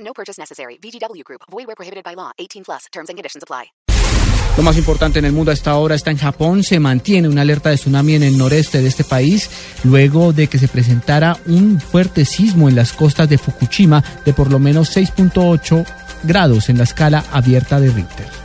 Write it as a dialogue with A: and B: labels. A: No purchase necessary. VGW Group. Void where prohibited by law. 18 plus. Terms and conditions apply.
B: Lo más importante en el mundo a esta hora está en Japón. Se mantiene una alerta de tsunami en el noreste de este país luego de que se presentara un fuerte sismo en las costas de Fukushima de por lo menos 6.8 grados en la escala abierta de Richter.